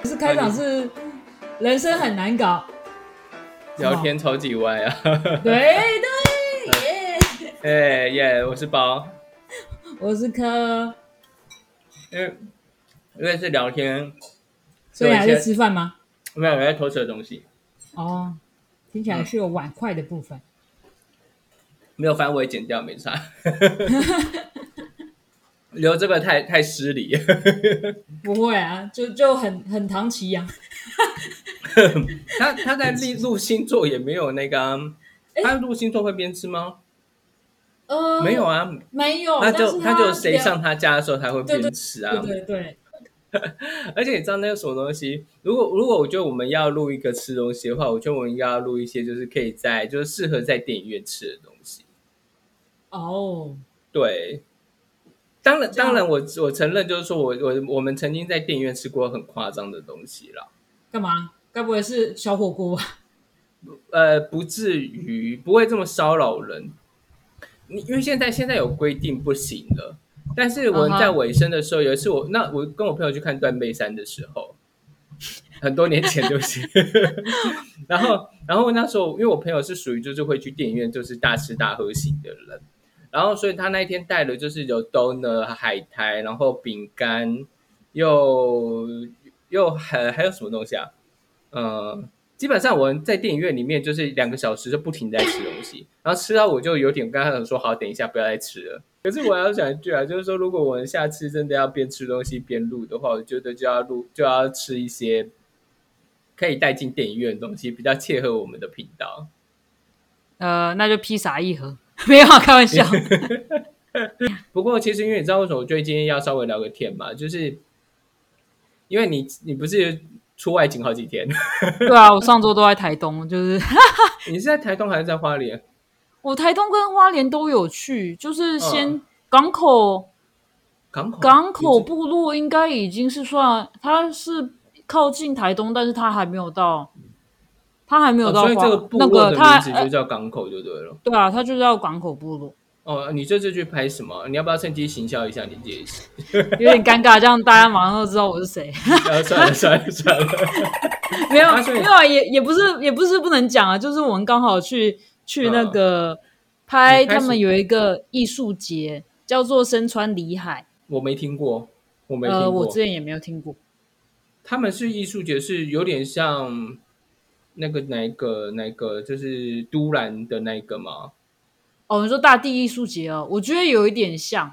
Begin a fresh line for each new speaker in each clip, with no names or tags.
可是开场是人生很难搞，
聊天超级歪啊！
对对耶！
哎耶，我是包，
我是科，
因为因为是聊天，
所以还
有
在
一些
吃饭吗？
没有人在偷吃的东西，
哦，听起来是有碗筷的部分。
没有翻我也剪掉，没差。 留这个太太失礼，
不会啊，就就很很唐奇啊呀、
他他在录录星座也没有那个啊、
哎
他录星座会边吃吗？
呃，
没有，啊，
没有，哦
他
但
就是他就谁
聊
上他家的时候才会
对对
边吃啊，
对对对，
而且你知道那个什么东西？如果如果我觉得我们要录一个吃东西的话，我觉得我们应该要录一些就是可以在就是适合在电影院吃的东西。
哦，
对，当然
这样
当然我，我承认就是说我我我们曾经在电影院吃过很夸张的东西啦。
干嘛？该不会是小火锅吧？
呃，不至于不会这么骚扰人。你因为现在现在有规定不行了，但是我
啊哈
在尾声的时候有一次我那我跟我朋友去看《断背山》的时候，很多年前对不起。 然后然后那时候因为我朋友是属于就是会去电影院就是大吃大喝型的人，然后所以他那一天带了就是有 donut 海苔，然后饼干，又又还还有什么东西啊？呃，基本上我们在电影院里面就是两个小时就不停地在吃东西，然后吃到我就有点跟他讲说好，等一下不要再吃了。可是我要讲一句啊，就是说如果我们下次真的要边吃东西边录的话，我觉得就要录就要吃一些可以带进电影院的东西，比较切合我们的频道。
呃，那就披萨一 盒，没有啊开玩 笑。
不过其实因为你知道为什么我觉得今天要稍微聊个天嘛，就是因为你你不是出外景好几天，
对啊，我上周都在台东，就是
你是在台东还是在花莲？
我台东跟花莲都有去，就是先
嗯
港口、
港口啊
港口
你是
部落应该已经是算它是靠近台东，但是它还没有到，它还没有
哦
到
所以
花、
这个部
那
落
个
的
它呃
名字就叫港口就对了。
对啊，它就叫港口部落，
哦，你这次去拍什么？你要不要趁机行销一下你自己？
有点尴尬，这样大家马上都知道我是谁。
啊，算了算了算了，
没有
啊所以
没有啊，也也不是也不是不能讲啊，就是我们刚好去去那个、拍
嗯你开始
他们有一个艺术节叫做身穿里海，
我没听过，我没听过。
呃，我之前也没有听过。
他们是艺术节，是有点像那个哪一个哪一个，就是都兰的那一个吗？
哦，你说大地艺术节哦，我觉得有一点像，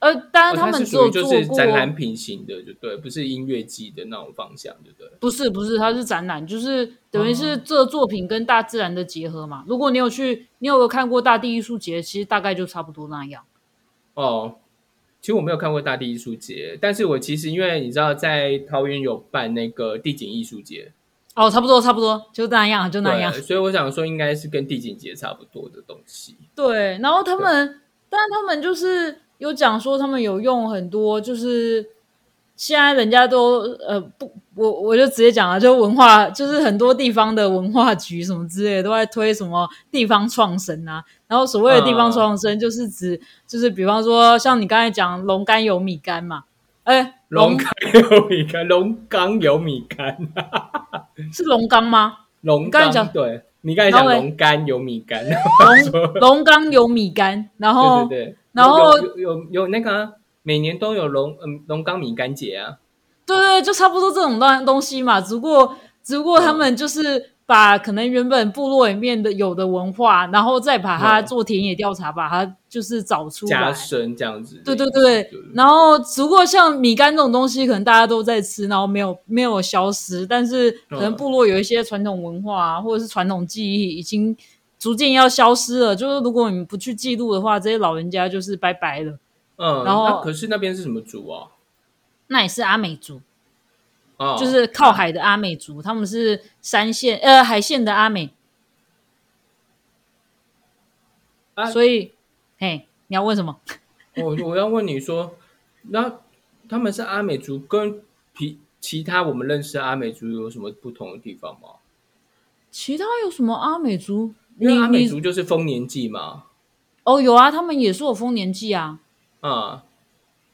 呃，但
哦
他
它
们
是
只
属
有
于
做
就
过，
是展览品型的，就对，不是音乐季的那种方向，就对。
不是不是，它是展览，就是等于是这作品跟大自然的结合嘛。如果你有去，你有看过大地艺术节，其实大概就差不多那样。
哦，其实我没有看过大地艺术节，但是我其实因为你知道，在桃园有办那个地景艺术节，
哦，差不多差不多，就那样就那样。
对，所以我想说应该是跟地景节差不多的东西。
对，然后他们，但他们就是有讲说，他们有用很多，就是现在人家都呃不，我我就直接讲啊，就文化，就是很多地方的文化局什么之类的都在推什么地方创生啊。然后所谓的地
嗯
方创生，就是指、就是比方说像你刚才讲龙干有米干嘛，哎，龙
龙岗有米干，龙岗有米干，
是龙岗吗？
龙
刚才
岗
讲
对，你刚才讲
然后嘞
龙岗有米干，
龙龙岗有米干，然后
对对对，
然后
有有有有那个啊、每年都有龙嗯龙岗米干节啊，
对对，就差不多这种东东西嘛。只不过，只不过他们就是把可能原本部落里面的有的文化，然后再把它
嗯
做田野调查，把它就是找出
加
来。
深这样子，
对对对，然后只不过像米干这种东西，可能大家都在吃，然后没有没有消失，但是可能
嗯
部落有一些传统文化啊，或者是传统记忆已经逐渐要消失了。就是如果你不去记录的话，这些老人家就是拜拜了。
嗯，
然后
那可是那边是什么族啊？
那也是阿美族。
哦，
就是靠海的阿美族，他们是山线呃海线的阿美，
啊
所以嘿，你要问什么？
我我要问你说，那他们是阿美族，跟其其他我们认识的阿美族有什么不同的地方吗？
其他有什么阿美族？
因为阿美
你
族
你
就是丰年祭嘛，
哦有啊，他们也是有丰年祭啊，
啊、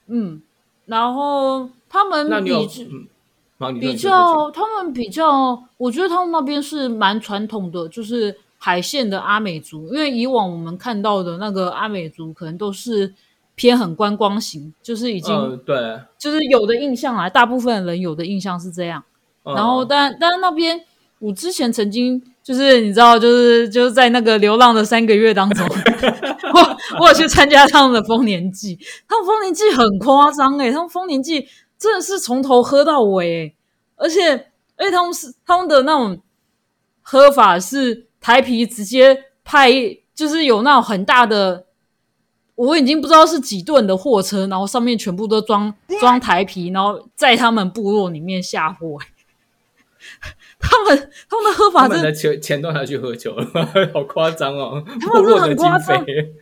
嗯，然后他们
那你有
比
嗯好，你
比
说
较他们比较，我觉得他们那边是蛮传统的，就是海线的阿美族，因为以往我们看到的那个阿美族可能都是偏很观光型，就是已
你
经、
说嗯，对，嗯
就是有的印象啊，大部分人有的印象是这样。
嗯
然后但但那边我之前曾经就是你知道，就是就是在那个流浪的三个月当中，我我有去参加他们的丰年祭，他们丰年祭很夸张欸诶、他们丰年祭真的是从头喝到尾、欸，而且而且他们是他们的那种喝法是台啤直接派，就是有那种很大的。我已经不知道是几吨的货车，然后上面全部都装装台啤，然后在他们部落里面下货、 欸他们他们的喝法
他
真
们
的
的钱钱都拿去喝酒了， 好夸张哦，
们
没
真的
落
很
的
夸
经
张
费，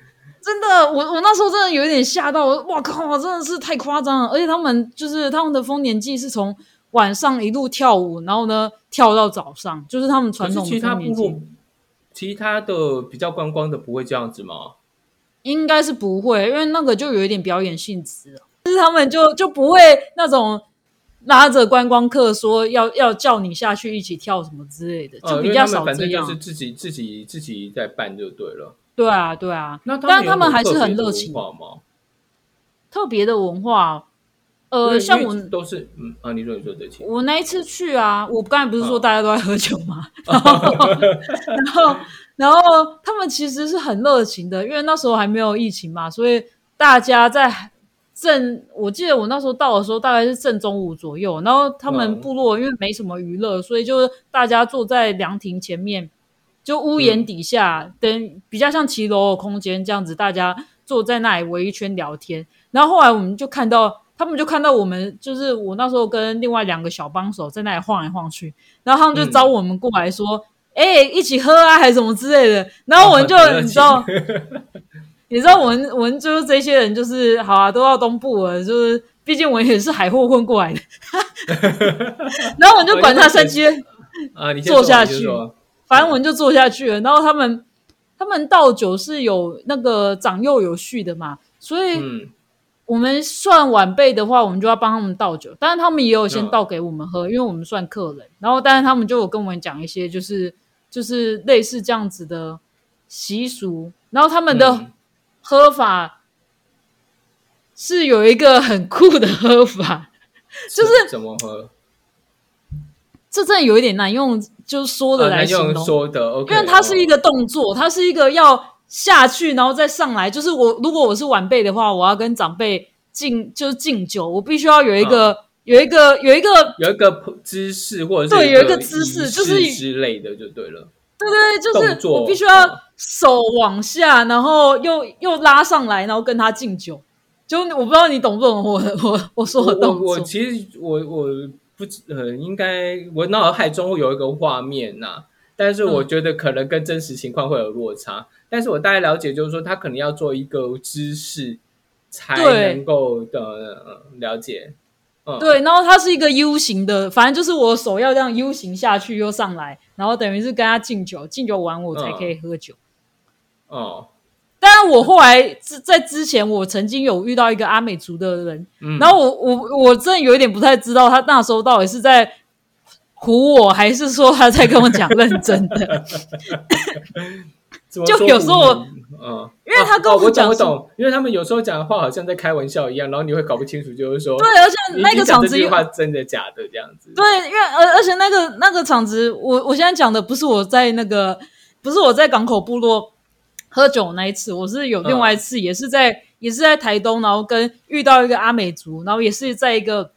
真的，我我那时候真的有点吓到，我哇靠，真的是太夸张了！而且他们就是他们的丰年祭是从晚上一路跳舞，然后呢跳到早上，就是他们
可
传
是
统的
其他
丰
部
年
落
祭，
其他的比较观光的不会这样子吗？
应该是不会，因为那个就有一点表演性质了，就是他们就就不会那种拉着观光客说要要叫你下去一起跳什么之类的，
呃
就
因
比
为
较
他们
少
反
这
正
样。
就是自己自己自己在办就对了。
对啊，对啊，
那
但
们
他
他
们还是很热情
吗？
特别的文化，呃，
对
像
因
我
为都是嗯啊，你说你说对不起，
我那一次去啊，我刚才不是说
嗯
大家都在喝酒吗？然后，然后，然后他们其实是很热情的，因为那时候还没有疫情嘛，所以大家在正，我记得我那时候到的时候大概是正中午左右，然后他们
嗯
部落因为没什么娱乐，所以就是大家坐在凉亭前面，就屋檐底下，等比较像骑楼的空间这样子，大家坐在那里围一圈聊天。然后后来我们就看到，他们就看到我们，就是我那时候跟另外两个小帮手在那里晃来晃去，然后他们就招我们过来说：“哎、一起喝啊，还是什么之类的。”然后我们就、
哦很热情
你知道， 你知道我们我们就是这些人，就是好啊，都到东部了，就是毕竟我也是海货混过来的， 然后我们就管他三七二
啊，你
嗯
先
坐
说
下
你先
去
说
反正我们就坐下去了。然后他们他们倒酒是有那个长幼有序的嘛，所以
嗯，
我们算晚辈的话，我们就要帮他们倒酒。但是他们也有
嗯
先倒给我们喝，因为我们算客人。然后，但是他们就有跟我们讲一些，就是就是类似这样子的习俗。然后他们的
嗯
喝法是有一个很酷的喝法。
就是怎么喝，
这真的有一点难用，就是说的
啊
来
那
形
用
容。
说的，OK，
因为它是一
哦
个动作，它是一个要下去然后再上来。就是我如果我是晚辈的话，我要跟长辈敬就是敬酒，我必须要
啊
有一个、有一个有一个
有一个姿势或者是
对有一个姿
仪
势
式
就是
之类的就对了，
对对，对
动
就是
作
我必须要
嗯
手往下，然后又又拉上来，然后跟他敬酒。就我不知道你懂不懂我我我说的
我
动
我
作，
其实我我不知呃，应该我脑海中会有一个画面呐、但是
嗯
我觉得可能跟真实情况会有落差。但是我大概了解，就是说他可能要做一个姿势才
对
能够的、呃、了解。嗯，，
对，然后它是一个 U 型的，反正就是我手要这样 U 型下去又上来，然后等于是跟他敬酒，敬酒完我才
嗯
可以喝酒。
哦，
当然，我后来之在之前，我曾经有遇到一个阿美族的人，
嗯，
然后我我我真的有一点不太知道他那时候到底是在唬我，还是说他在跟我讲认真 的。
怎么
就
说
有时候我
不明嗯，
因为他跟
哦
我
哦我
讲
懂我
说
懂，因为他们有时候讲的话好像在开玩笑一样，然后你会搞不清楚，就是说
对，而且
你
那
你
个
讲
场
这
子
句
有
话真的假的这样子。
对，因为而而且那个那个场子，我我现在讲的不是我在那个不是我在港口部落喝酒那一次，我是有另外一次，
嗯
也是在、也是在台东，然后跟遇到一个阿美族，然后也是在一个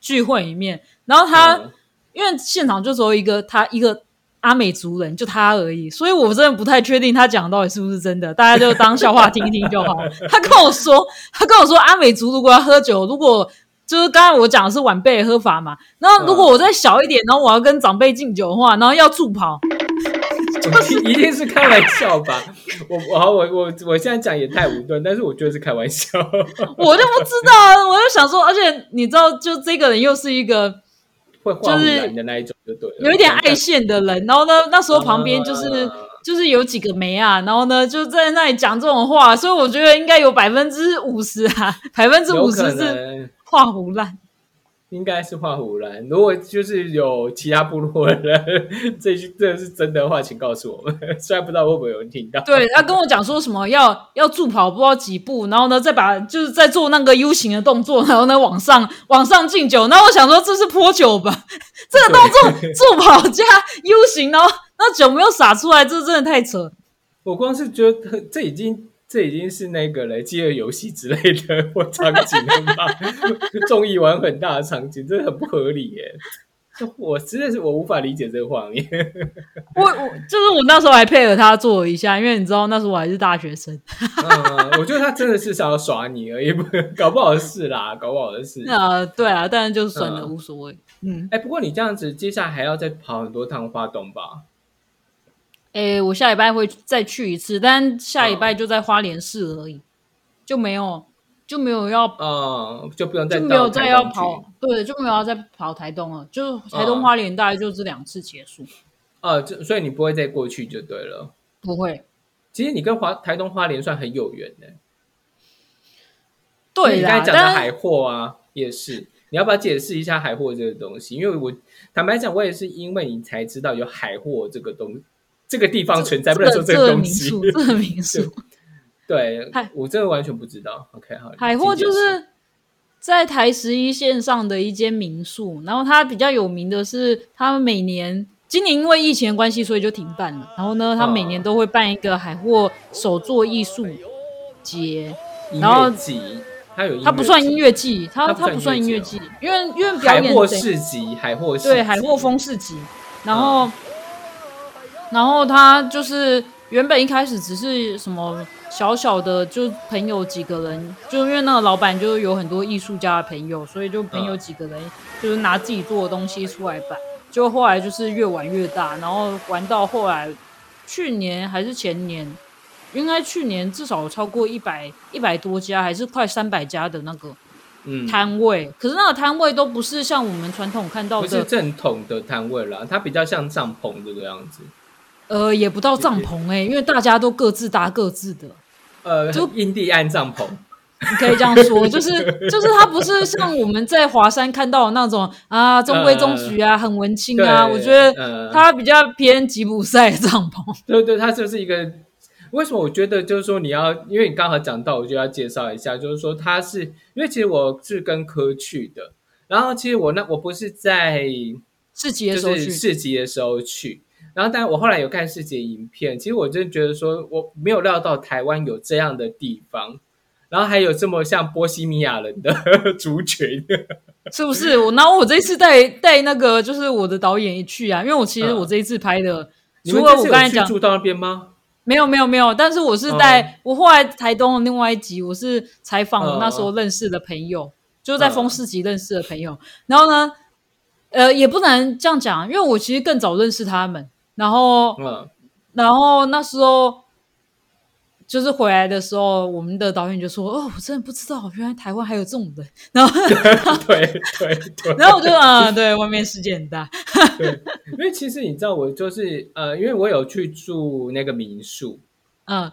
聚会里面，然后他。
嗯
因为现场就只有一个他一个阿美族人，就他而已，所以我真的不太确定他讲的到底是不是真的，大家就当笑话听一听就好。他跟我说，他跟我说阿美族如果要喝酒，如果就是刚才我讲的是晚辈的喝法嘛，然后如果我再小一点，然后我要跟长辈敬酒的话，然后要助跑，
一定是开玩笑吧？我我好我我我现在讲也太无端，但是我觉得是开玩笑。
我就不知道啊，我就想说，而且你知道，就这个人又是一个
会画虎兰的那一种就对了，
有一点爱现的人，然后呢，那时候旁边就是、
啊
就是有几个梅啊，然后呢就在那里讲这种话，所以我觉得应该有百分之五十啊，百分之
有
五十
可
是
能。
画胡烂。
应该是画虎兰。如果就是有其他部落的人， 这句这是真的话，请告诉我们。 虽然不知道会不会有人听到。
对他跟我讲说什么要要助跑不知道几步，然后呢再把就是在做那个 U 型的动作，然后呢往上 往上敬酒。那我想说这是泼酒吧？ 这个动作助跑加 U 型，然后那酒没有洒出来，这真的太扯。
我光是觉得这已经这已经是那个了，饥饿游戏之类的或场景了吧？ 综艺玩很大的场景，真的很不合理耶！就我真的是我无法理解这个画面。
我我就是我那时候还配合他做了一下，因为你知道那时候我还是大学生。
嗯，我觉得他真的是想要耍你而已，不搞不好 是啦，搞不好是。
那、对啊，但是就算了，
嗯
无所谓。嗯，
哎、不过你这样子，接下来还要再跑很多趟花东吧？
诶、我下礼拜会再去一次，但下
嗯
礼拜就在花莲市而已，就没有就没有要
嗯，就不用再
就没有
到
再
台
要
东去嗯
跑，对，就没有要再跑台东了，就台东花莲大概就这两次结束，
哦、就所以你不会再过去就对了。
不会，
其实你跟华台东花莲算很有缘的、
对
你刚
啦，
才讲的
但
海货啊，也是，你要不要解释一下海货这个东西？因为我坦白讲，我也是因为你才知道有海货这个东这个地方存在，
这
不能说
这
个
个
东
民
西。
宿，这个民宿，
对
海，
我真的完全不知道。OK，好，
海货就
请解释
是在台十一线上的一间民宿，然后它比较有名的是，它每年今年因为疫情的关系，所以就停办了。然后
啊
呢，它每年都会办一个海货手作艺术节，
音
然后
乐集，它有音乐
它不算
集
音乐季，它
嗯它
它
不
不
算
算
音
音
乐
乐
季
季，因为因为表
海
演
货
等于
市集，海货市
对
集
海沃风市集，
嗯
然后、然后他就是原本一开始只是什么小小的，就朋友几个人，就因为那个老板就有很多艺术家的朋友，所以就
嗯
朋友几个人就是拿自己做的东西出来摆，就后来就是越玩越大，然后玩到后来去年还是前年。应该去年至少有超过一百一百多家，还是快三百家的那个
嗯，
摊位。可是那个摊位都不是像我们传统看到
不是
的
正统的摊位啦，它比较像帐篷这个样子。
呃，也不到帐篷哎、因为大家都各自搭各自的，
呃，
就
印第安帐篷，
你可以这样说， 就是就是它不是像我们在华山看到的那种啊，中规中矩啊，很文青
对
啊，我觉得
呃
它比较偏吉普赛的帐篷。
对对，它就是一个。为什么我觉得就是说你要，因为你刚好讲到，我就要介绍一下，就是说它是因为其实我是跟科去的，然后其实我那我不是在
是集的时候
就
去，
是市集的时候去，然后但我后来有看市集的影片，其实我真的觉得说我没有料到台湾有这样的地方，然后还有这么像波西米亚人的 族群，
是不是？我然后我这一次带带那个就是我的导演一去啊，因为我其实我这一次拍的，
嗯你
除
们
了
这
我
次
刚才
有
讲
去住到那边吗？
没有没有没有，但是我是在、
嗯
我后来台东的另外一集，我是采访我那时
嗯
候认识的朋友，就是在风市集认识的朋友。然后呢，呃，也不能这样讲，因为我其实更早认识他们。然后，
嗯，
然后那时候就是回来的时候，我们的导演就说：“哦，我真的不知道，原来台湾还有这种人。”然后，。
对对对
然后我就啊、对外面世界很大，
因为其实你知道，我就是呃，因为我有去住那个民宿。
嗯，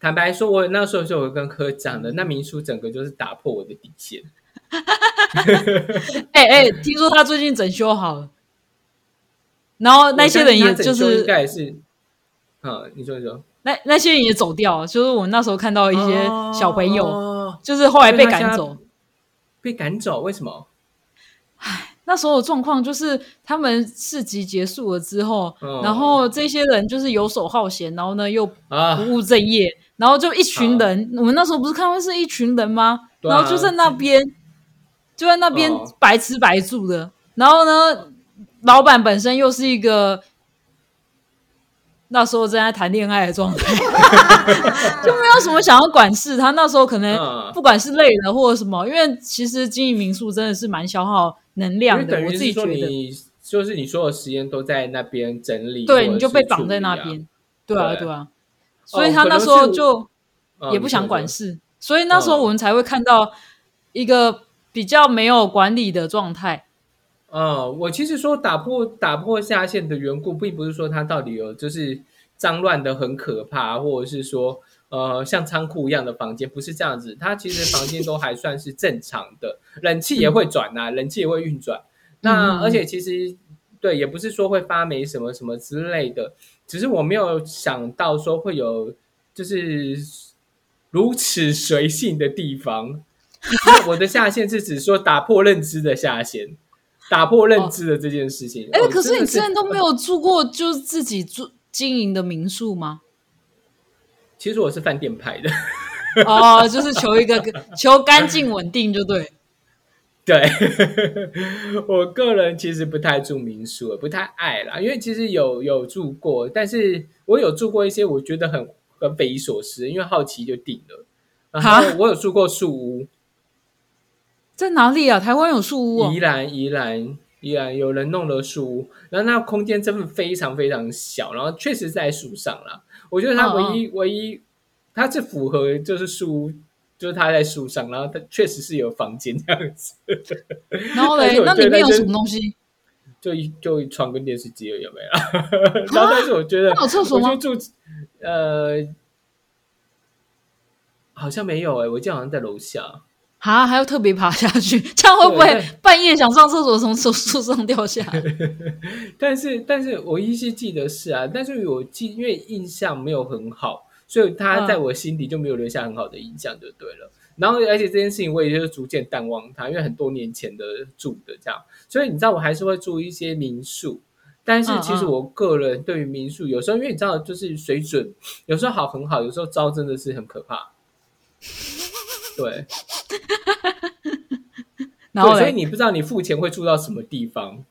坦白说，我那时候就有跟科讲的，那民宿整个就是打破我的底线。
哎、哎、听说他最近整修好了，然后那些人也就
我相信他整修
是
应该也是，嗯，你说你说，
那那些人也走掉了，就是我们那时候看到一些小朋友，
哦
哦就是后来被赶走。
被赶走，为什么？
那时候的状况就是，他们市集结束了之后，
哦
然后这些人就是游手好闲，然后呢又不
啊，
务正业，然后就一群人。我们那时候不是看到是一群人吗？
对啊
然后就在那边，就在那边
哦
白吃白住的。然后呢，老板本身又是一个那时候正在谈恋爱的状 态，就没有什么想要管事。他那时候可
嗯
能不管是累了或者什么，因为其实经营民宿真的是蛮消耗能
因为
量的，
等
我
于
自
是
己觉
说
得，
你就是你所有时间都在那边整理，
对，
或者
你就是被绑在
处理
那
啊，
边。对啊，
对哦
对啊，所以他
可
那
能
时候
是
就。
嗯
也不想管，事，所以那时候
嗯
我们才会看到一个比较没有管理的状态。
你说嗯，我其实说打破打破下限的缘故，并不是说它到底有就是脏乱的很可怕，或者是说呃像仓库一样的房间，不是这样子。它其实房间都还算是正常的，冷气也会转呐、冷气也会运转。那
嗯
而且其实对，也不是说会发霉什么什么之类的，只是我没有想到说会有就是如此随性的地方。因为我的下限是指说打破认知的下 限，打破认知的这件事情。
哎、
哦
可是
真
你
的
之前 都没有住过就是自己住经营的民宿吗？
其实我是饭店派的，
哦，就是求一个 求干净稳定就对。
对 我个人其实不太住民宿，不太爱啦，因为其实有有住过，但是我有住过一些我觉得很很匪夷所思，因为好奇就定了。然后
哈
我有住过树屋，
在哪里啊？台湾有树屋哦
宜。兰宜兰宜兰有人弄了树屋，然后那空间真的非常非常小，然后确实在树上啦。我觉得它唯一唯一它是符合就是树屋，就是它在树上，然后它确实是有房间这样子。
然后
但
嘞
是，我
那
觉
里
得
面有
就
什么东 西？
就一就一床跟电视机而已，有没有？ 然后但是我觉得
那有厕所
我
吗
就住呃，好像没有哎、我记得好像在楼下。
啊，还要特别爬下去，这样会不
对
会 半夜想上厕所从手树上掉下来？
但是但是我依稀记得是啊，但是我记因为印象没有很好，所以他
嗯
在我心底就没有留下很好的印象，就对了。然后，而且这件事情我也就是逐渐淡忘它，因为很多年前的住的这样，所以你知道我还是会住一些民宿，但是其实
嗯嗯
我个人对于民宿有时候，因为你知道，就是水准有时候好很好，有时候糟真的是很可怕。对，
然后
对所
嘞，
以你不知道你付钱会住到什么地方，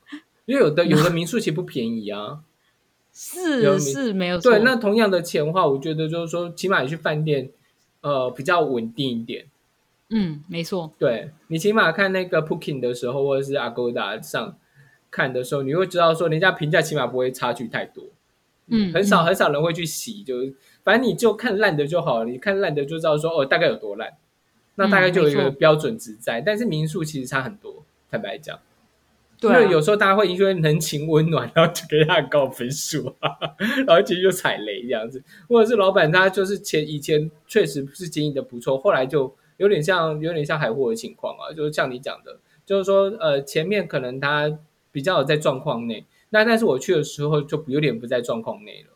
因为有的有的民宿其实不便宜啊。
是
有名
是没有错
对，那同样的钱的话，我觉得就是说，起码你去饭店，呃，比较稳定一点。
嗯，没错，
对你起码看那个 Booking 的时候，或者是 Agoda 上看的时候，你会知道说，人家评价起码不会差距太多，
嗯，
很少
嗯
很少人会去洗，就是反正你就看烂的就好了，你看烂的就知道说哦大概有多烂，那大概就有一
嗯没
个
错
标准值在。但是民宿其实差很多，坦白讲。
对
因
啊
为有时候大家会因为人情温暖，然后就给他很高分数啊， 然后其实就踩雷这样子，或者是老板他就是前以前确实是经营的不错，后来就有点像有点像海货的情况啊，就是像你讲的，就是说呃前面可能他比较有在状况内，那但是我去的时候就有点不在状况内了。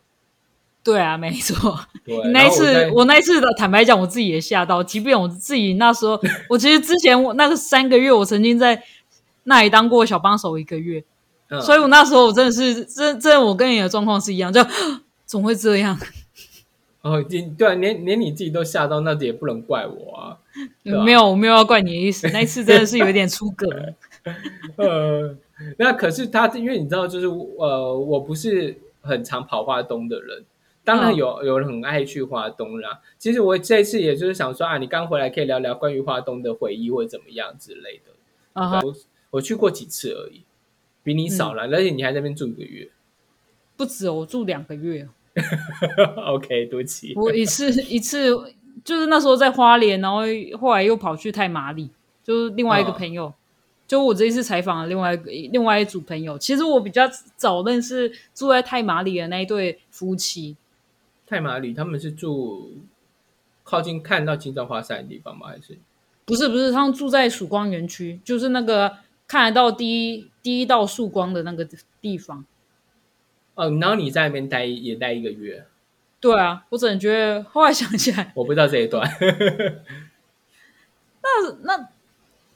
对啊，没错。
对，
你那一
然后我
次
在，
我那一次的坦白讲，我自己也吓到。即便我自己那时 候，我其实之前我那个三个月，我曾经在那里当过小帮手一个月，
嗯
所以我那时候我真的是，真真的我跟你的状况是一样，就总会这样，
哦，你对啊，连连你自己都吓到，那也不能怪我啊。对啊
没有，我没有要怪你的意思。那一次真的是有点 出格，
呃，那可是他，因为你知道，就是呃，我不是很常跑花东的人，当然
嗯
有、有人很爱去花东啦。其实我这次也就是想说啊，你刚回来可以聊聊关于花东的回忆或者怎么样之类的。
啊嗯哈，
我我去过几次而已，比你少了，而且你还在那边住一个月。
不止哦我住两个月哦，
OK，对不起。
我一次一次就是那时候在花莲，然后后来又跑去太麻里，就是另外一个
嗯
朋友，就我这一次采访了另外一个另外一组朋友。其实我比较早认识住在太麻里的那一对夫妻，
太麻里他们是住靠近看到金钻花山的地方吗？还是
不是不是，他们住在曙光园区，就是那个看得到第一第一道曙光的那个地方。
哦？然后你在那边待也待一个月，
对啊，我只能觉得后来想起来，
我不知道这一段。
那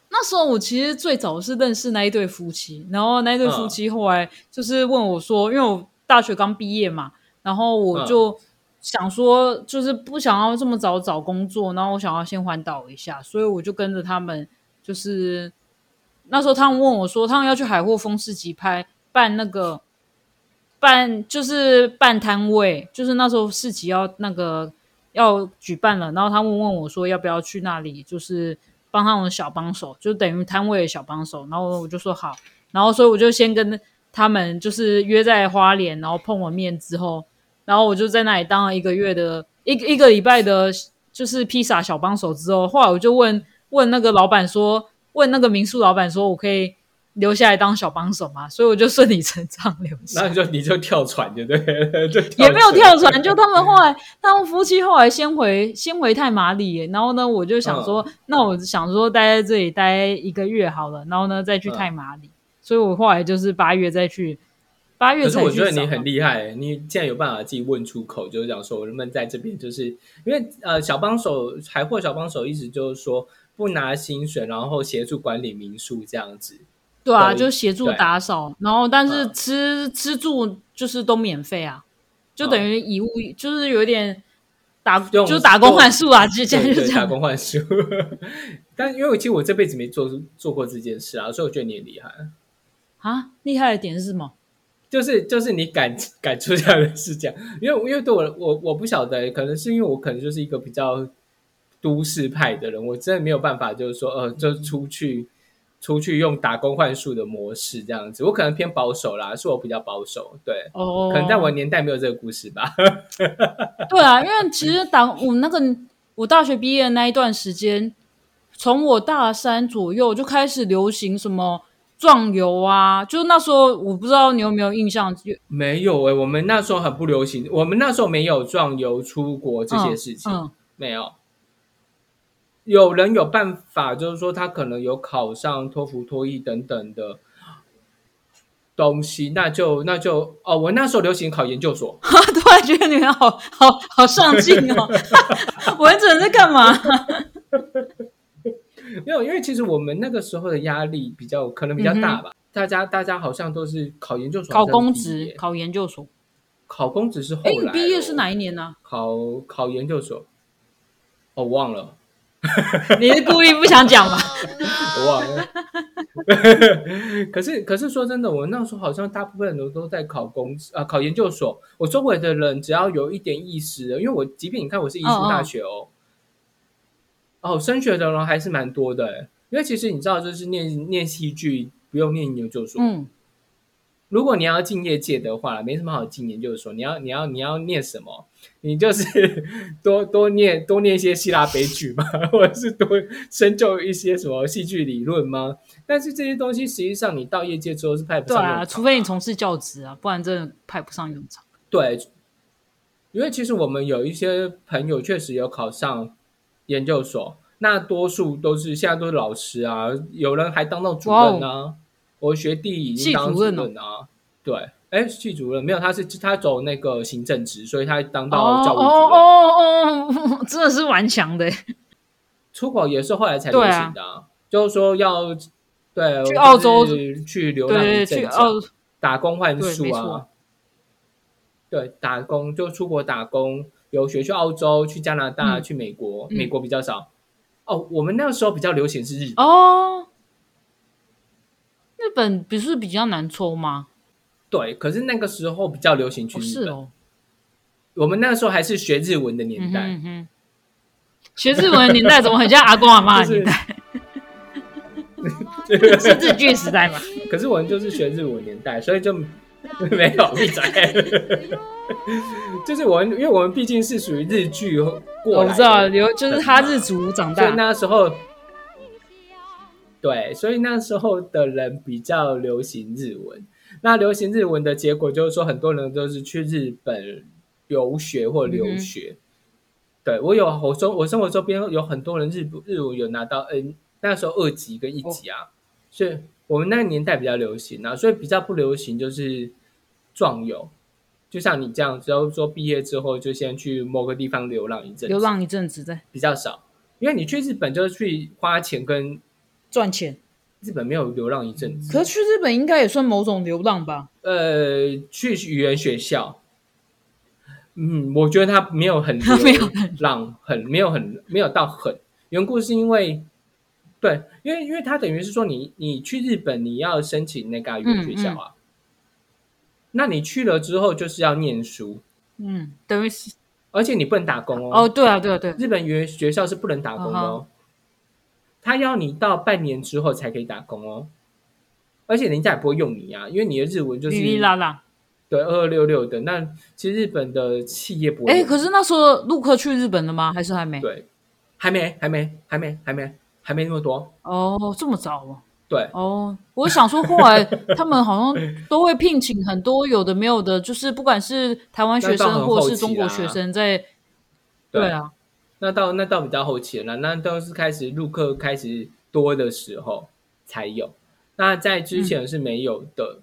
那时候我其实最早是认识那一对夫妻，然后那一对夫妻后来就是问我说，因为我大学刚毕业嘛，然后我就想说，就是不想要这么早找工作，然后我想要先环岛一下，所以我就跟着他们，就是那时候他们问我说，他们要去海货风市集拍办那个。办就是办摊位，就是那时候市集要那个要举办了，然后他们问我说要不要去那里，就是帮他们的小帮手，就等于摊位的小帮手。然后我就说好，然后所以我就先跟他们就是约在花莲，然后碰完面之后，然后我就在那里当了一个月的一个一个礼拜的，就是披萨小帮手之后，后来我就问问那个老板说，问那个民宿老板说，我可以留下来当小帮手嘛，所以我就顺理成章留下
然。后你就你就跳船就对了， 就
也没有跳船，就他们后来，他们夫妻后来先回先回太马里耶，然后呢，我就想说，
嗯
那我想说待在这里待一个月好了，然后呢再去太马
嗯
里，所以我后来就是八月再去，八月
可是
才去。啊
我觉得你很，厉害，欸你竟然有办法自己问出口，就是讲说我能不能在这边，就是因为呃小帮手财货小帮手意思就是说不拿薪水，然后协助管理民宿这样子。
对啊，
对
就协助
对
打扫，然后但是
嗯
吃、吃住就是都免费啊，就等于以物、就是有点打
嗯用
就是打工换宿啊，就 现在
对
就
对，
这
打
样。
工换宿。 但因为我其实我这辈子没做出做过这件事啊，所以我觉得你很厉害，
啊，厉害的点是什么？
就是就是你 敢敢出这样的事情，因为因为对我我我不晓得，可能是因为我可能就是一个比较都市派的人，我真的没有办法，就是说呃，就
嗯
出去出去用打工换宿的模式这样子，我可能偏保守啦，是我比较保守，对，
哦，
可能在我年代没有这个故事吧，
对啊，因为其实打我们那个我大学毕业的那一段时间，从我大三左右就开始流行什么壮游啊，就那时候我不知道你有没有印象，就
没有诶、我们那时候很不流行，我们那时候没有壮游出国这些事
嗯，
情，
嗯
没有。有人有办法，就是说他可能有考上托福、托译等等的东西，那就那就哦，我那时候流行考研究所，
啊，突然觉得你们好好好上进哦，文整在干嘛？
没有，因为其实我们那个时候的压力比较可能比较大吧，大家大家好像都是考研究所、
嗯考公职，、考研究所。
考公职是后
哎，
来
你
哦，
毕业是哪一年呢、
考考研究所，哦，忘了。
你是故意不想讲吧？
我忘了。 可是可是说真的，我那时候好像大部分人都在考公啊、考研究所。我周围的人只要有一点意识的，因为我即便你看我是艺术大学哦，哦升学的人还是蛮多的欸。因为其实你知道，就是念念戏剧不用念研究所。
嗯，
如果你要进业界的话，没什么好进研究所。你要你要你要念什么？你就是 多多念多念一些希腊悲剧嘛， 或者是多深究一些什么戏剧理论吗？但是这些东西实际上你到业界之后是派不
对
上用
啊，
场
除非你从事教职啊，不然真的派不上用场。
对，因为其实我们有一些朋友确实有考上研究所，那多数都是现在都是老师啊，有人还当到主任呢、我学弟已经当到
哦系主哦
任啊，对，哎，系主任没有，他是他走那个行政职，所以他当
哦
到教育主任。
哦哦哦哦，真的是顽强的欸。
出国也是后来才流行的、啊，就是说要对
去澳洲
就是去流浪一
对对，
阵
去
子啊
澳
打工换
对
宿
没
啊
错，
对，打工就出国打工，留学去澳洲、去加拿大、
嗯
去美国，
嗯
美国比较少。哦，我们那个时候比较流行是日本，
哦，日本不是比较难抽吗？
对，可是那个时候比较流行去
不
日
是
本。
哦，
我们那个时候还是学日文的年
嗯
代，
哼嗯哼，学日文的年代怎么很像阿公阿 妈的
就是
年代？
这个
是日剧时代嘛？
可是我们就是学日文年代，所以就没有闭嘴。 就是我们，因为我们毕竟是属于日剧过
哦我
来的，
知道，有就是哈日族长
所以
大，
那时候，对，所以那时候的人比较流行日文。那流行日文的结果就是说，很多人都是去日本留学或留学。嗯对我有我生我生活周边有很多人日日文有拿到，嗯、那时候二级跟一级啊，所以我们那个年代比较流行啊，所以比较不流行就是壮游。就像你这样，只要说毕业之后就先去某个地方流浪一阵子，
流浪一阵子再
比较少，因为你去日本就是去花钱，跟
赚钱。
日本没有流浪一阵子。
可是去日本应该也算某种流浪吧？
呃，去语言学校，嗯，我觉得他没有很
没
流
有
浪，很没有很没有到很。缘故是因为，对，因为因为他等于是说你你去日本你要申请那个语言学校啊，
嗯
那你去了之后就是要念书，
嗯，等于是
而且你不能打工哦。
哦，对啊，对啊，对啊，
日本语言学校是不能打工的哦，他要你到半年之后才可以打工哦，而且人家也不会用你啊，因为你的日文就是
哩哩啦啦。
对二二六六的。那其实日本的企业不会用
哎，
你，
可是那时候陆克去日本了吗？还是还没？
对，还没，还没，还没，还没，还没那么多。
哦，这么早哦？
对，
哦，我想说，后来他们好像都会聘请很多有的没有的，就是不管是台湾学
那到很
生
后
或
期
是中国
啦
学生在，
对
对啊，
那到那到比较后期了，那都是开始入课开始多的时候才有，那在之前是没有的。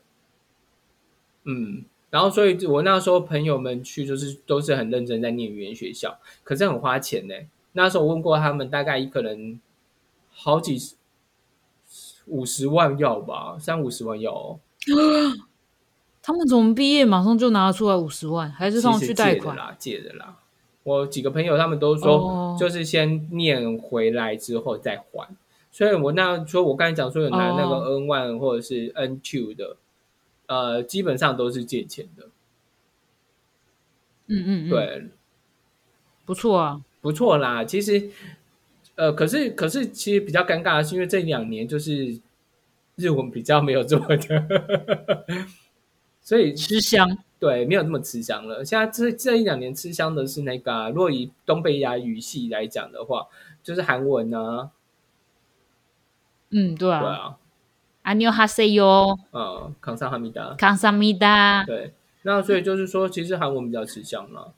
嗯然后所以我那时候朋友们去就是都是很认真在念语言学校，可是很花钱呢、那时候我问过他们，大概一个人好几十五十万要吧，三五十万要、哦，
他们从毕业马上就拿出来五十万，还是
其
上去
实借
贷
的
款？
啦，借的啦。我几个朋友他们都说
哦，
就是先念回来之后再还。所以我那说，我刚才讲说有拿那
哦
个 N one 或者是 N two 的，呃，基本上都是借钱的。
嗯嗯嗯，，
对，
不错啊，
不错啦。其实，呃，可是可是其实比较尴尬的是，因为这两年就是日文比较没有这么的， 所以
吃香
对，没有那么吃香了。现在这这一两年吃香的是那个啊、如果以东北亚语系来讲的话，就是韩文啊，
嗯，对
对
啊，
啊，
안녕하세요，
呃，康桑哈密达，
감사합니다。
对。那所以就是说，其实韩文比较吃香了。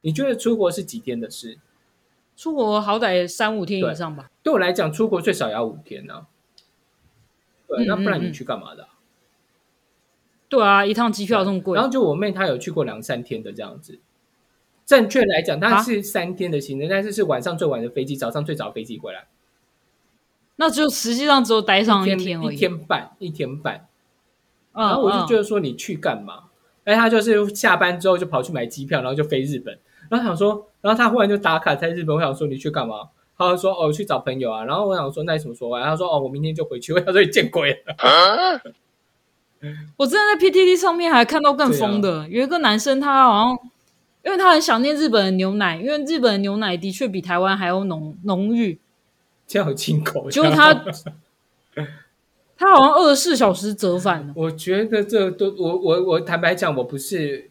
你觉得出国是几天的事？
出国好歹也三五天以上吧，
对我来讲，出国最少也要五天呢、啊。对，
嗯
那不然
嗯
你
嗯
去干嘛的啊、
对啊，一趟机票这么贵
然，后就我妹她有去过两三天的这样子。正确来讲，她
啊
是三天的行程，但是是晚上最晚的飞机，早上最早的飞机回来。
那就实际上只有待上
一
哦天而
一
已。
天半，一天半。
嗯，
然后我就
嗯
觉得说你去干嘛？哎，他就是下班之后就跑去买机票，然后就飞日本。然后想说，然后他忽然就打卡在日本，我想说你去干嘛？他就说哦去找朋友啊。然后我想说那有什么说完？他说哦我明天就回去。我想说你见鬼了，
我之前在 PTT 上面还看到更疯的，
啊
有一个男生他好像，因为他很想念日本的牛奶，因为日本的牛奶的确比台湾还要浓浓 郁，
这样有进口。
结果
这样
他他好像二十四小时折返了。
我觉得这都我我我坦白讲，我不是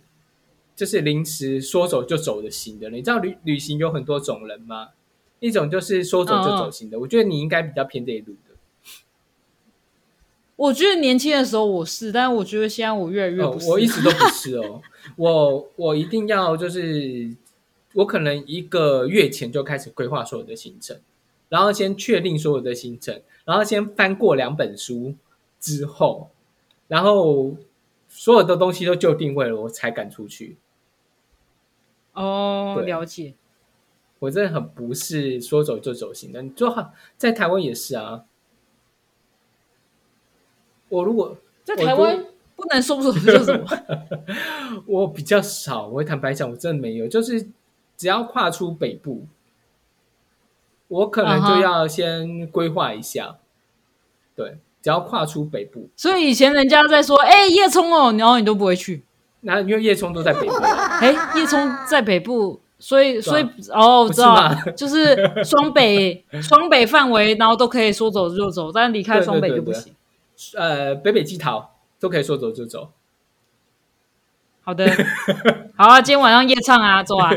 就是临时说走就走的型的人。你知道旅旅行有很多种人吗？一种就是说走就走
嗯嗯
型的，我觉得你应该比较偏这一路的。
我觉得年轻的时候我是，但是我觉得现在我越来越
哦
不，是。
我一直都不是哦，我我一定要就是，我可能一个月前就开始规划所有的行程，然后先确定所有的行程，然后先翻过两本书之后，然后所有的东西都就定位了，我才敢出去。
哦，
对
了解。
我真的很不是说走就走型的，你就好在台湾也是啊。我如果
在
我
台
都
湾不能说不说 就什么，
我 比较少，我坦白讲，我真的没有，就是只要跨出北部，我可能
嗯
就
哼
要先规划一下。对，只要跨出北部，
所以以前人家在说，哎、叶冲哦，然后你都不会去。
那因为叶冲都在 北部，
哎，叶冲在北部，所以所以
对
哦，我知道
不是，
就是双北双北范围，然后都可以说走就走，但离开双北就不行。
呃，北北基桃都可以说走就走。
好的，好啊，今天晚上夜唱啊， 走啊，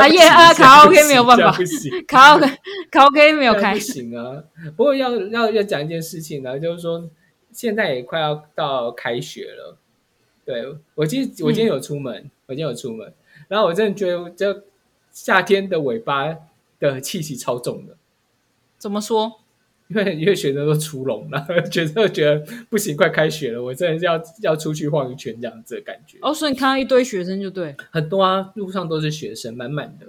啊
夜 啊卡拉 OK 没有办法
不行，
卡拉 OK 卡拉 OK 没有
这样
开
不，行啊。不过要要要讲一件事情呢、啊就是说现在也快要到开学了。对我今我今天有出门，我今天有出门，然后我真的觉得这夏天的尾巴的气息超重的，
怎么说？
因为因为学生都出笼了， 觉得觉得不行，快开学了，我真的是要要出去晃一圈这样子的感觉。
哦，所以你看到一堆学生就对，
很多啊，路上都是学生，满满的。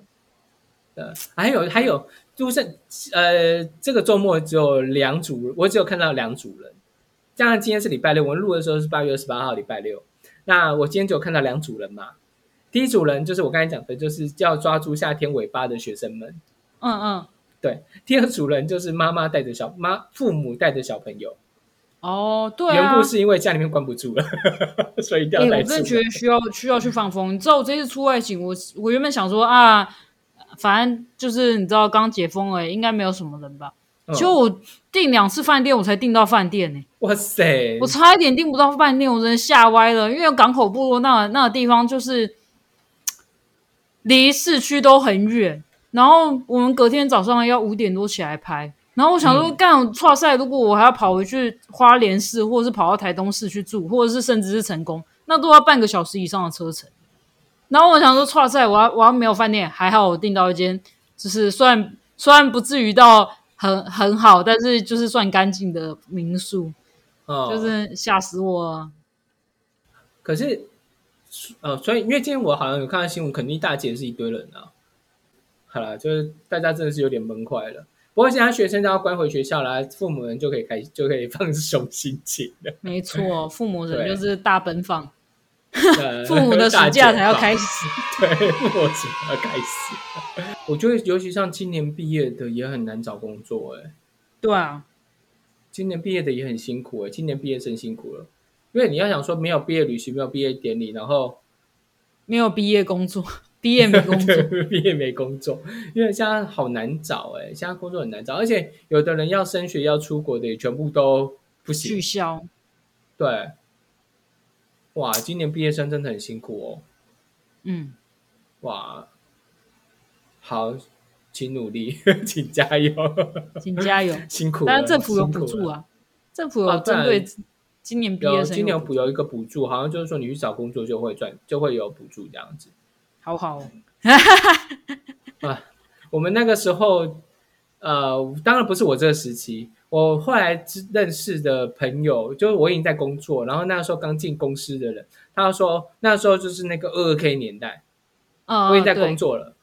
呃，还有还有，路上呃，这个周末只有两组，我只有看到两组人。当然今天是礼拜六，我们录的时候是八月二十八号，礼拜六。那我今天只有看到两组人嘛。第一组人就是我刚才讲的，就是要抓住夏天尾巴的学生们。
嗯嗯，
对，第二组人就是妈妈带着小妈，父母带着小朋友。
哦，对
缘
啊
故。是因为家里面关不住了， 所以一定
哎、
要
我
带
真的
出
觉
门。
得需要需要去放风。你知道我这次出外景，我我原本想说啊，反正就是你知道刚解封而已，应该没有什么人吧。
嗯
结果我订两次饭店，我才订到饭店呢、
哇塞
我，差一点订不到饭店，我真的吓歪了。因为港口部落那那个地方就是嘖离市区都很远，然后我们隔天早上要五点多起来拍，然后我想说，干哇塞！如果我还要跑回去花莲市，或者是跑到台东市去住，或者是甚至是成功，那都要半个小时以上的车程。然后我想说，哇塞！我要我要没有饭店，还好我订到一间，就是虽然虽然不至于到很很好，但是就是算干净的民宿，
哦，
就是吓死我了。
可是，呃，所以因为今天我好像有看到新闻，肯定大街是一堆人啊。好啦，就是大家真的是有点闷坏了。不过现在学生都要关回学校啦，父母人就可以开就可以放松心 情了。
没 错，父母人
对
就是大奔 放，
呃
父母的暑假才要开，始。
大解放对，父母暑假开始。 我觉得尤其像今年毕业的也很难找工作哎、
对啊，
今年毕业的也很辛苦哎、今年毕业生辛苦了，因为你要想说没有毕业旅行，没有毕业典礼，然后
没有毕业工作，毕业没工作。
对，毕业没工作，因为现在好难找哎、现在工作很难找，而且有的人要升学要出国的也全部都不
取
行。
消。
对，哇，今年毕业生真的很辛苦
嗯，
哦，哇，好，请努力， 请加油，
请加油。
辛苦了。
但是政府有补
辛
助
苦了，
啊，政府
哦
有针
对
对今年毕业
有
生
今年
有
有补有一个补助，好像就是说你去找工作就会赚，就会有补助这样子。
好好哦，
啊，我们那个时候，呃，当然不是我这个时期，我后来知认识的朋友，就是我已经在工作，然后那时候刚进公司的人，他说那时候就是那个二二 K 年代，
嗯，
我已经在
对
工作了，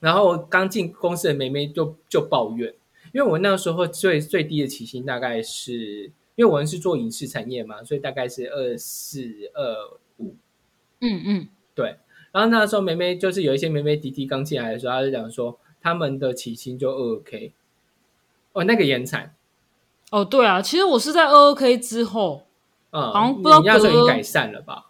然后我刚进公司的妹妹就就抱怨，因为我那时候最最低的起薪大概是，因为我们是做影视产业嘛，所以大概是二四二五
嗯嗯，
对，然后那时候梅梅就是有一些梅梅弟弟刚进来的时候，他就讲说他们的起薪就二 k，哦，那个也很惨，
哦对啊，其实我是在二二 K 之后，
嗯，
好像不知道
你那时候已
隔
经改善了吧？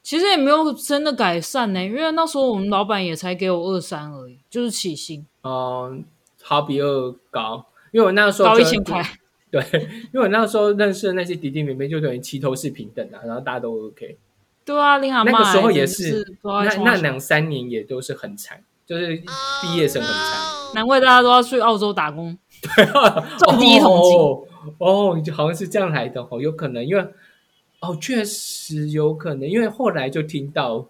其实也没有真的改善呢，因为那时候我们老板也才给我二三而已，就是起薪
嗯，好比二高，因为我那时候
高
就
一千块，
对， 因为我那时候认识的那些弟弟妹妹就等于齐头是平等的、然后大家都二 k，
对啊，林阿
那
妈
个时候也
是，
是
不知道
那
在冲
那
啥
两三年也都是很惨，就是毕业生很惨，
难怪大家都要去澳洲打工，
哦
赚第一桶金
哦，就好像是这样来的哦，有可能因为哦，确实有可能，因为后来就听到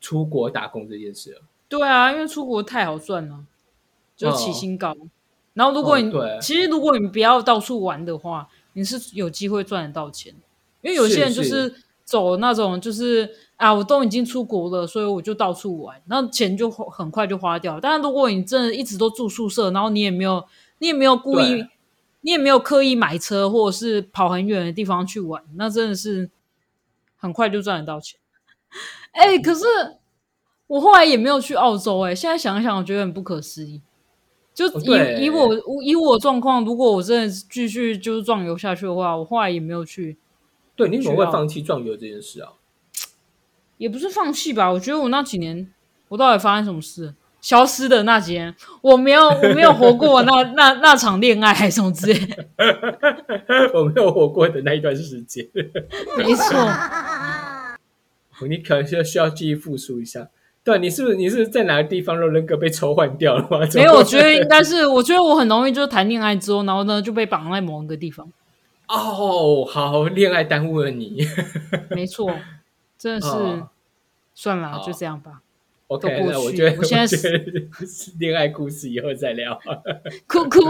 出国打工这件事了。
对啊，因为出国太好赚了，就起薪高。然后如果你、
哦嗯对
其实如果你不要到处玩的话，你是有机会赚得到钱，因为有些人就是是走那种就是啊，我都已经出国了，所以我就到处玩，那钱就花很快就花掉。但是如果你真的一直都住宿舍，然后你也没有你也没有故意
对，
你也没有刻意买车或者是跑很远的地方去玩，那真的是很快就赚得到钱。哎、可是我后来也没有去澳洲、哎，现在想一想，我觉得很不可思议。就
哦
以、
对
以我以我的状况，如果我真的继续就是壮游下去的话，我后来也没有去，
对，你怎么
需
会
要
放弃壮游这件事啊？
也不是放弃吧。我觉得我那几年，我到底发生什么事？消失的那几年，我没有我没有活过那 那那场恋爱还是什么之类的，
我没有活过的那一段时间，
没错。
你可能需要需要记忆复苏一下。对，你是不是你是不是在哪个地方让人格被抽换掉了吗？
没有，我觉得应该是，我觉得我很容易就谈恋爱之后，然后呢就被绑在某一个地方。
哦，好，恋爱耽误了你。
没错，真的是、
哦
算了，
好
就这样吧。
OK，
过
那我
去
觉得
我现在
觉得恋爱故事以后再聊。
哭哭，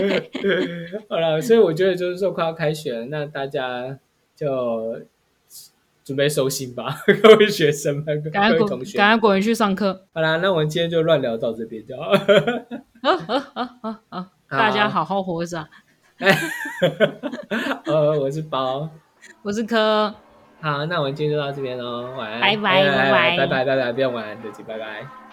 好了，所以我觉得就是说快要开学了，那大家就准备收心吧， 各位学生们，各
赶快
位
滚
同，学。
赶快滚回去上课。
好啦，那我们今天就乱聊到这边就好。
啊啊啊啊啊！大家好好活着啊。
呃，我是包，
我是柯，
好，那我们今天就到这边喽，晚安，
拜拜
哎
拜拜
拜拜，拜拜，不要晚安，再见，拜拜。